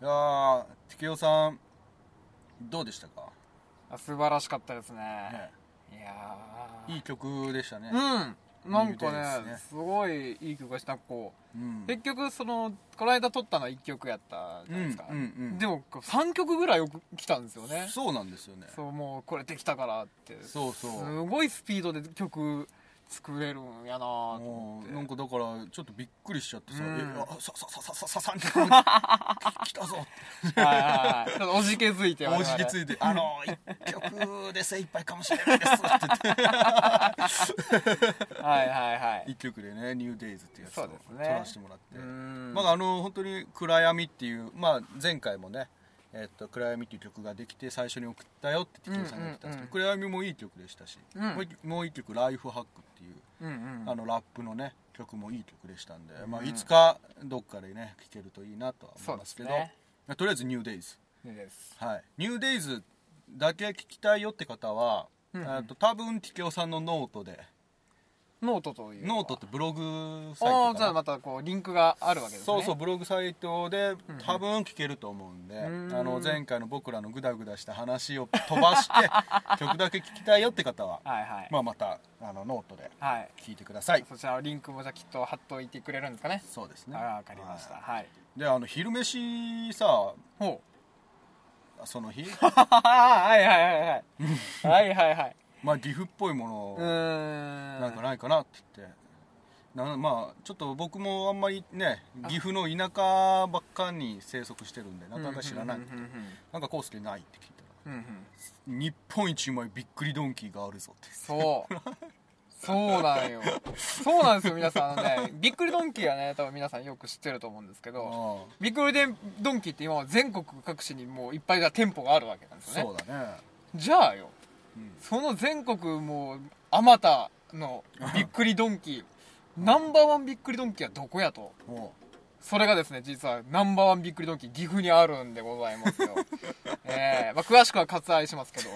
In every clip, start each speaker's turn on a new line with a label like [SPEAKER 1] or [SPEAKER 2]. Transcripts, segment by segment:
[SPEAKER 1] いやー、テケオさん、どうでしたか、
[SPEAKER 2] あ素晴らしかったですね
[SPEAKER 1] ね
[SPEAKER 2] いやー
[SPEAKER 1] いい曲でしたね。
[SPEAKER 2] うんなんか
[SPEAKER 1] いい歌
[SPEAKER 2] ね
[SPEAKER 1] ですね
[SPEAKER 2] すごいいい曲がしたこう
[SPEAKER 1] うん
[SPEAKER 2] 結局そのこの間撮ったのは1曲やったじゃないですか、
[SPEAKER 1] うんうんうん
[SPEAKER 2] でも3曲ぐらいよく来たんですよね
[SPEAKER 1] そうなんですよね。
[SPEAKER 2] そうもうこれできたからって
[SPEAKER 1] そうそう
[SPEAKER 2] すごいスピードで曲作れるんやなと思
[SPEAKER 1] も
[SPEAKER 2] っ
[SPEAKER 1] うなん
[SPEAKER 2] て
[SPEAKER 1] かだからちょっとびっくりしちゃってさ「
[SPEAKER 2] うん
[SPEAKER 1] えあささささささん来たぞ」
[SPEAKER 2] はいはいはいちょっとおじけづいて
[SPEAKER 1] おじけついて「あの一曲で精一杯かもしれないです」って言って
[SPEAKER 2] てはいはいはい
[SPEAKER 1] 一曲でね「NewDays」っていうやつ
[SPEAKER 2] そ
[SPEAKER 1] を
[SPEAKER 2] うです
[SPEAKER 1] 撮
[SPEAKER 2] ね
[SPEAKER 1] らせてもらって、
[SPEAKER 2] うん
[SPEAKER 1] まああの本当に「暗闇」っていう、まあ、前回もね「えっと暗闇」っていう曲ができて最初に送ったよってティキオさんが言ってたんですけど「暗闇」もいい曲でしたし、
[SPEAKER 2] うん
[SPEAKER 1] もう一もう一曲「ライフハック」っていう
[SPEAKER 2] うんうん
[SPEAKER 1] あのラップのね曲もいい曲でしたんで、まあ、
[SPEAKER 2] うん
[SPEAKER 1] いつかどっかでね聴けるといいなとは
[SPEAKER 2] そ
[SPEAKER 1] 思
[SPEAKER 2] う
[SPEAKER 1] い
[SPEAKER 2] で
[SPEAKER 1] ますすけど
[SPEAKER 2] ね
[SPEAKER 1] まあとりあえず「ニューデイズ
[SPEAKER 2] いいです
[SPEAKER 1] はい「ニューデイズだけ聴きたいよって方は、
[SPEAKER 2] うんうん
[SPEAKER 1] えっと多分ティケオさんのノートで
[SPEAKER 2] ノートという
[SPEAKER 1] ノートってブログサイ
[SPEAKER 2] あ
[SPEAKER 1] ト
[SPEAKER 2] あじゃ
[SPEAKER 1] か
[SPEAKER 2] あ
[SPEAKER 1] な
[SPEAKER 2] またこうリンクがあるわけですね
[SPEAKER 1] そうそうブログサイトで
[SPEAKER 2] んうん
[SPEAKER 1] 多分聴けると思うんで、
[SPEAKER 2] うん
[SPEAKER 1] あの前回の僕らのグダグダした話を飛ばして 曲だけ聴きたいよって方は、
[SPEAKER 2] はいはい、
[SPEAKER 1] まあ、またあのノートで
[SPEAKER 2] はい
[SPEAKER 1] 聴いてください
[SPEAKER 2] そちらのリンクもじゃあきっと貼っといてくれるんですかね
[SPEAKER 1] そうですね
[SPEAKER 2] ああわかりました
[SPEAKER 1] はい
[SPEAKER 2] はい
[SPEAKER 1] であの昼飯さ
[SPEAKER 2] ほう
[SPEAKER 1] その日
[SPEAKER 2] はいはいはいはいはいは いはい
[SPEAKER 1] まあ岐阜っぽいもの
[SPEAKER 2] うーん
[SPEAKER 1] なんかないかなって言って、なまあちょっと僕もあんまりね岐阜の田舎ばっかに生息してるんでなかなか知らない
[SPEAKER 2] うんうん
[SPEAKER 1] なんかコースケないって聞いたら
[SPEAKER 2] うんうんうんう
[SPEAKER 1] 「
[SPEAKER 2] ん
[SPEAKER 1] 日本一うまいびっくりドンキーがあるぞ」って
[SPEAKER 2] そう。そうなんよ。そうなんですよ、皆さん。あのね、びっくりドンキーはね、多分皆さんよく知ってると思うんですけど、
[SPEAKER 1] ああ
[SPEAKER 2] びっくりでドンキーって今は全国各地にもういっぱいが店舗があるわけなんですよ
[SPEAKER 1] そ
[SPEAKER 2] ね。
[SPEAKER 1] うだね
[SPEAKER 2] じゃあよ、
[SPEAKER 1] うん
[SPEAKER 2] その全国もう、あまた のびっくりドンキー、ナンバーワンびっくりドンキーはどこやと。
[SPEAKER 1] も
[SPEAKER 2] それがですね、実はナンバーワンびっくりドンキー、岐阜にあるんでございます よ。ええまあ、詳しくは割愛しますけど、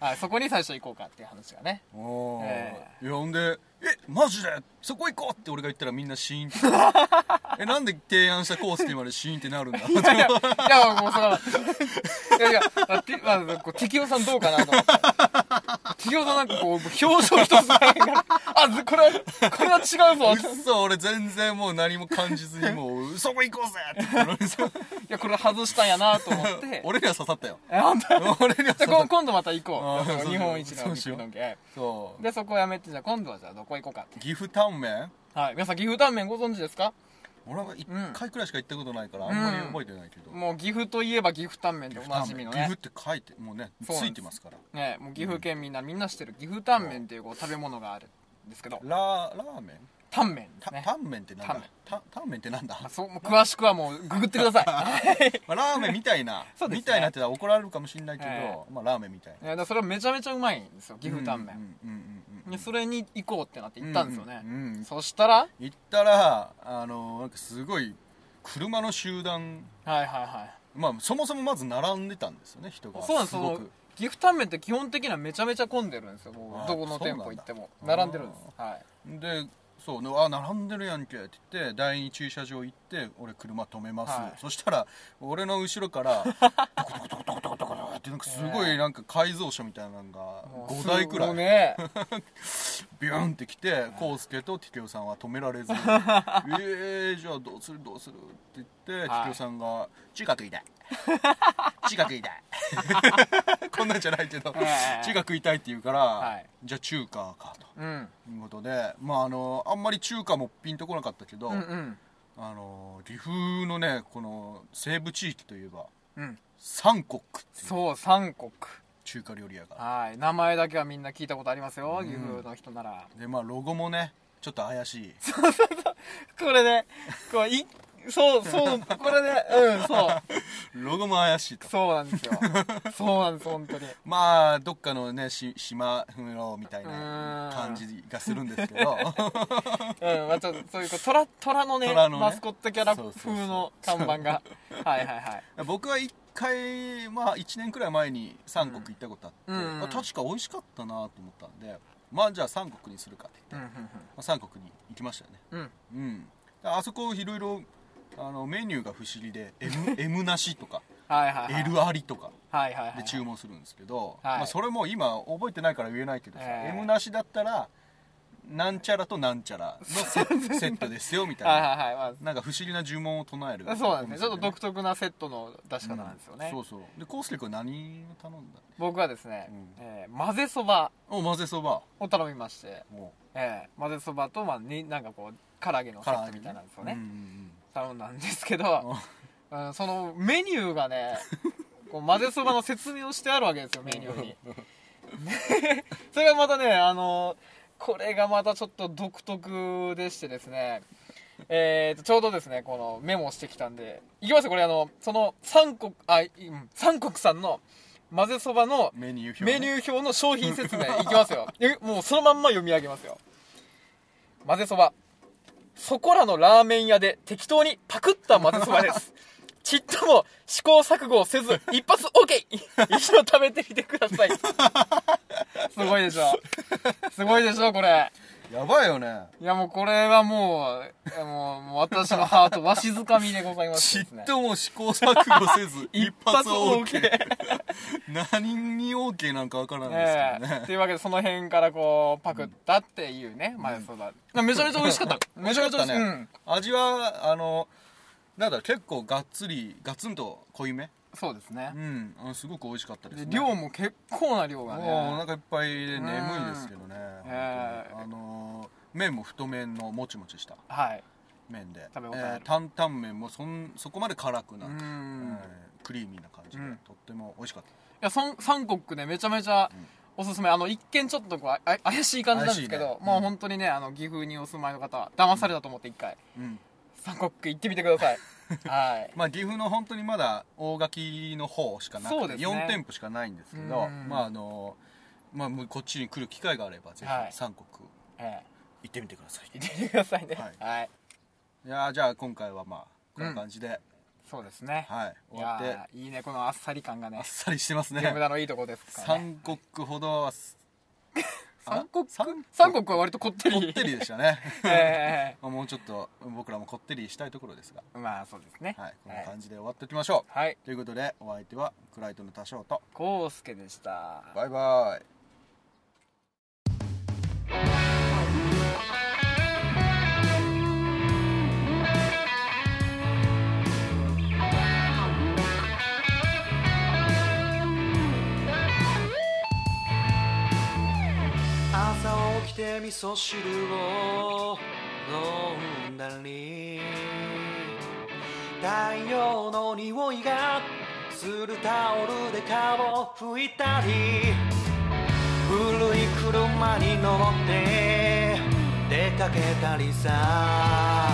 [SPEAKER 2] はい、そこに最初行こうかっていう話がね。
[SPEAKER 1] うおお、
[SPEAKER 2] え
[SPEAKER 1] いやほんで「えマジでそこ行こう!」って俺が言ったらみんなシ ーンってえなんで提案したコースケまでシーンってなるんだ
[SPEAKER 2] いやいや、いやもうその、 いやいや、まあ、てまあ、こう、適応さんどうかなと思って。適応さんなんかこう、表情一つないから、あ、ずこれは、これは違うぞ
[SPEAKER 1] うっ。そ俺全然もう何も感じずにもう「そこ行こうぜ!」って言って
[SPEAKER 2] いや、これ外したんやなと思って。
[SPEAKER 1] 俺には刺さったよ
[SPEAKER 2] え、本当
[SPEAKER 1] 俺には
[SPEAKER 2] じ
[SPEAKER 1] 刺
[SPEAKER 2] ゃあ
[SPEAKER 1] さ
[SPEAKER 2] こ
[SPEAKER 1] った
[SPEAKER 2] 今度また行こ
[SPEAKER 1] あ
[SPEAKER 2] う。
[SPEAKER 1] ー
[SPEAKER 2] その日本一
[SPEAKER 1] そ
[SPEAKER 2] の
[SPEAKER 1] う
[SPEAKER 2] ビ
[SPEAKER 1] しよう
[SPEAKER 2] ッグドンキー。
[SPEAKER 1] そう
[SPEAKER 2] で、そこをやめて、じゃあ今度はじゃあどこ行こうかって。
[SPEAKER 1] 岐阜タンメン
[SPEAKER 2] はい。皆さん、岐阜タンメンご存知ですか
[SPEAKER 1] 俺は一
[SPEAKER 2] うん
[SPEAKER 1] 回くらいしか行ったことないからあんまり覚えてないけど、
[SPEAKER 2] もう岐阜といえば岐阜タンメンでおなじみの
[SPEAKER 1] 岐阜
[SPEAKER 2] ね。
[SPEAKER 1] って書いてもうねつ
[SPEAKER 2] そうなんです
[SPEAKER 1] いてますから
[SPEAKER 2] ね、もう岐阜県みんなみんな知ってる岐阜タンメンっていうこう食べ物があるんですけど、
[SPEAKER 1] ラーラーメン
[SPEAKER 2] タンメンで
[SPEAKER 1] た
[SPEAKER 2] すね。
[SPEAKER 1] タンメンってなん
[SPEAKER 2] タ
[SPEAKER 1] だ
[SPEAKER 2] ンメン
[SPEAKER 1] タタンメンってなんだ、
[SPEAKER 2] あそうもう詳しくはもうググってくださいはい
[SPEAKER 1] まあ、ラーメンみたいな
[SPEAKER 2] そうですね
[SPEAKER 1] みたいなって言ったら怒られるかもしれないけど、
[SPEAKER 2] え
[SPEAKER 1] まあラーメンみたいな
[SPEAKER 2] えー。だそれはめちゃめちゃうまいんですよ岐阜タンメン、
[SPEAKER 1] ンうんうんうんうん
[SPEAKER 2] でそれに行こうってなって行ったんですよね、
[SPEAKER 1] うんうんうん
[SPEAKER 2] そしたらはい
[SPEAKER 1] 行ったらあのなんかすごい車の集団
[SPEAKER 2] はいは
[SPEAKER 1] まあそもそもまず並んでたんですよね人が
[SPEAKER 2] いそうなんです
[SPEAKER 1] すご
[SPEAKER 2] よ
[SPEAKER 1] く
[SPEAKER 2] 岐阜タンメンって基本的にはめちゃめちゃ混んでるんですよも
[SPEAKER 1] あ
[SPEAKER 2] う
[SPEAKER 1] ー
[SPEAKER 2] どこの店舗行っても
[SPEAKER 1] そうなんだ
[SPEAKER 2] 並んでるんですはい
[SPEAKER 1] でそうねあ並んでるやんけって言って第二駐車場行って俺車止めます、
[SPEAKER 2] はい
[SPEAKER 1] そしたら俺の後ろから ドコドコドコドコドコドコってなんかすごいなんか改造車みたいなのが
[SPEAKER 2] もう
[SPEAKER 1] 5台くら
[SPEAKER 2] もう
[SPEAKER 1] い
[SPEAKER 2] ね
[SPEAKER 1] ビューンって来てコウスケとティケオさんは止められずに「えー、じゃあどうするどうする」って言って、
[SPEAKER 2] はい
[SPEAKER 1] ティケオさんが「中学いたい」 「中学いたい」 こんなんじゃないけど
[SPEAKER 2] ええ
[SPEAKER 1] 中学いたいって言うから、
[SPEAKER 2] い
[SPEAKER 1] じゃあ中華かと。
[SPEAKER 2] うん
[SPEAKER 1] ということで、まあ、あのあんまり中華もピンとこなかったけど、
[SPEAKER 2] うんうん
[SPEAKER 1] あの岐阜のねこの西部地域といえば
[SPEAKER 2] うん
[SPEAKER 1] 三国っていう
[SPEAKER 2] そう三国
[SPEAKER 1] 中華料理屋が
[SPEAKER 2] はい名前だけはみんな聞いたことありますよ岐阜の人なら
[SPEAKER 1] でまあロゴもねちょっと怪しい
[SPEAKER 2] これねこういそうそうこれねうんそう
[SPEAKER 1] ロゴも怪しいと
[SPEAKER 2] そうなんですよそうなんです本当に
[SPEAKER 1] まあどっかのねし島風呂みたいうなん感じがするんですけ ど
[SPEAKER 2] うん、まあ、ちょっとそういうこう虎虎のね
[SPEAKER 1] 虎のね
[SPEAKER 2] マスコットキャラ風の看板がはいはいはい
[SPEAKER 1] 僕は一回まあ1年くらい前に三国行ったことあって、
[SPEAKER 2] うんうん
[SPEAKER 1] あ確か美味しかったなと思ったんでまあじゃあ三国にするかって言って、
[SPEAKER 2] うん
[SPEAKER 1] まあ、三国に行きましたよね
[SPEAKER 2] うんうん
[SPEAKER 1] うん、あそこいろいろあのメニューが不思議で M, M なしとか
[SPEAKER 2] はいはいはい
[SPEAKER 1] L ありとか
[SPEAKER 2] はいはいはい
[SPEAKER 1] で注文するんですけど、
[SPEAKER 2] はい
[SPEAKER 1] まあ、それも今覚えてないから言えないけどさ、
[SPEAKER 2] ええ
[SPEAKER 1] M なしだったらなんちゃらとなんちゃらのセ セットですよみたい
[SPEAKER 2] はい
[SPEAKER 1] な
[SPEAKER 2] はいはい
[SPEAKER 1] なんか不思議な呪文を唱える
[SPEAKER 2] まあそうなんですねちょっと
[SPEAKER 1] ド
[SPEAKER 2] 独特なセットの出し方なんですよね、
[SPEAKER 1] そうそうでコースケ君は何を頼んだ
[SPEAKER 2] 僕はですね、
[SPEAKER 1] うん
[SPEAKER 2] えー混ぜそば
[SPEAKER 1] お混ぜそば
[SPEAKER 2] を頼みまして、
[SPEAKER 1] も
[SPEAKER 2] えー混ぜそばと、まあ、になんかこう唐揚げの
[SPEAKER 1] う
[SPEAKER 2] セットみたいなんですよね
[SPEAKER 1] うんうん
[SPEAKER 2] 頼んだんですけど、うん、そのメニューが ねこう混ぜそばの説明をしてあるわけですよメニューにで それがまたねあのこれがまたちょっと独特でしてですねえーとちょうどですねこのメモをしてきたんでいきますよこれあのその三国あいうん三国さんの混ぜそばの
[SPEAKER 1] うんメニュー表、ね、
[SPEAKER 2] メニュー表の商品説明 いきますよえもうそのまんま読み上げますよ混ぜそばそこらのラーメン屋で適当にパクった混ぜそばです ちっとも試行錯誤をせず一発 OK 一度食べてみてくださいすごいでしょすごいでしょこれ
[SPEAKER 1] やばいよね
[SPEAKER 2] いやもうこれはもういやもうもう私のハートわしづかみでございま
[SPEAKER 1] ち
[SPEAKER 2] す
[SPEAKER 1] っ
[SPEAKER 2] ですね
[SPEAKER 1] とも試行錯誤せ ず一発 OK
[SPEAKER 2] 一
[SPEAKER 1] 何に OK なんかわからない
[SPEAKER 2] え
[SPEAKER 1] ですけど
[SPEAKER 2] え
[SPEAKER 1] ね
[SPEAKER 2] というわけでその辺からこうパクったっていうね、まあそうだめちゃめちゃ美味しかった めちゃめちゃ美味し
[SPEAKER 1] ね、
[SPEAKER 2] かった
[SPEAKER 1] 味はあのなんだろう結構がっつりガツンと濃いめ
[SPEAKER 2] そうですね
[SPEAKER 1] うんあのすごく美味しかったです、
[SPEAKER 2] で
[SPEAKER 1] ね、
[SPEAKER 2] 量も結構な量が
[SPEAKER 1] もうお
[SPEAKER 2] ね
[SPEAKER 1] 腹いっぱいで眠いですけどね、本当に
[SPEAKER 2] ええ
[SPEAKER 1] あの麺も太麺のもちもちした
[SPEAKER 2] はい
[SPEAKER 1] 麺で
[SPEAKER 2] 食べ応えある
[SPEAKER 1] ー担々麺もそんそこまで辛くな
[SPEAKER 2] う
[SPEAKER 1] く、え
[SPEAKER 2] ん
[SPEAKER 1] ークリーミーな感じで、
[SPEAKER 2] うん
[SPEAKER 1] とっても美味しかった
[SPEAKER 2] いやそん三国ねめちゃめちゃおすすめあの一見ちょっとこうああ怪しい感じなんですけど、
[SPEAKER 1] 怪しいね
[SPEAKER 2] もう
[SPEAKER 1] うん
[SPEAKER 2] 本当にねあの岐阜にお住まいの方は騙されたと思って一回、
[SPEAKER 1] うん
[SPEAKER 2] 三国行ってみてくださいはい
[SPEAKER 1] まあ、岐阜の本当にまだ大垣の方しかなくて
[SPEAKER 2] そうですね
[SPEAKER 1] 4店舗しかないんですけ
[SPEAKER 2] う
[SPEAKER 1] ど
[SPEAKER 2] ん
[SPEAKER 1] まああの、まあ、もうこっちに来る機会があればぜ
[SPEAKER 2] はい
[SPEAKER 1] ひ三国
[SPEAKER 2] え
[SPEAKER 1] 行ってみてください、
[SPEAKER 2] え行ってみてくださいね
[SPEAKER 1] は
[SPEAKER 2] はい、
[SPEAKER 1] い、やーじゃあ今回はまあこんな感じで、
[SPEAKER 2] そうですね、
[SPEAKER 1] はい
[SPEAKER 2] い
[SPEAKER 1] 終わって
[SPEAKER 2] やーいいねこのあっさり感が
[SPEAKER 1] あ
[SPEAKER 2] ね
[SPEAKER 1] っさりしてますね
[SPEAKER 2] 無駄のいいとこですからね
[SPEAKER 1] 三国ほどはす
[SPEAKER 2] 三国
[SPEAKER 1] あ三
[SPEAKER 2] 三国は割とこってり
[SPEAKER 1] こってりでしたね
[SPEAKER 2] え
[SPEAKER 1] まあもうちょっと僕らもこってりしたいところですが、
[SPEAKER 2] えまあそうですね
[SPEAKER 1] はい、こんな感じで終わっておきましょう、
[SPEAKER 2] はい
[SPEAKER 1] ということでお相手はクライトの多少と
[SPEAKER 2] コウスケでした
[SPEAKER 1] バイバイ
[SPEAKER 3] 朝起きて味噌汁を飲んだり太陽の匂いがするタオルで顔を拭いたり古い車に乗って出かけたりさ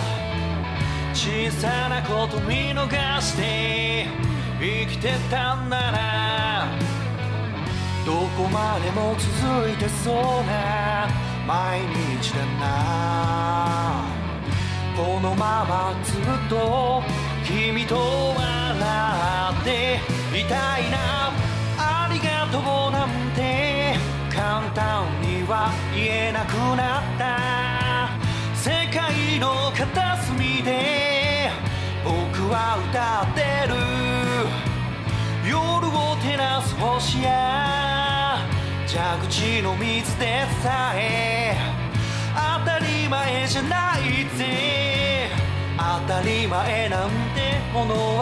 [SPEAKER 3] 小さなこと見逃して生きてたんならどこまでも続いてそうな毎日だなこのままずっと君と笑っていたいなありがとうなんて簡単には言えなくなった世界の片隅で僕は歌ってる夜を照らす星や蛇口の水でさえ当たり前じゃないぜ当たり前なんてものは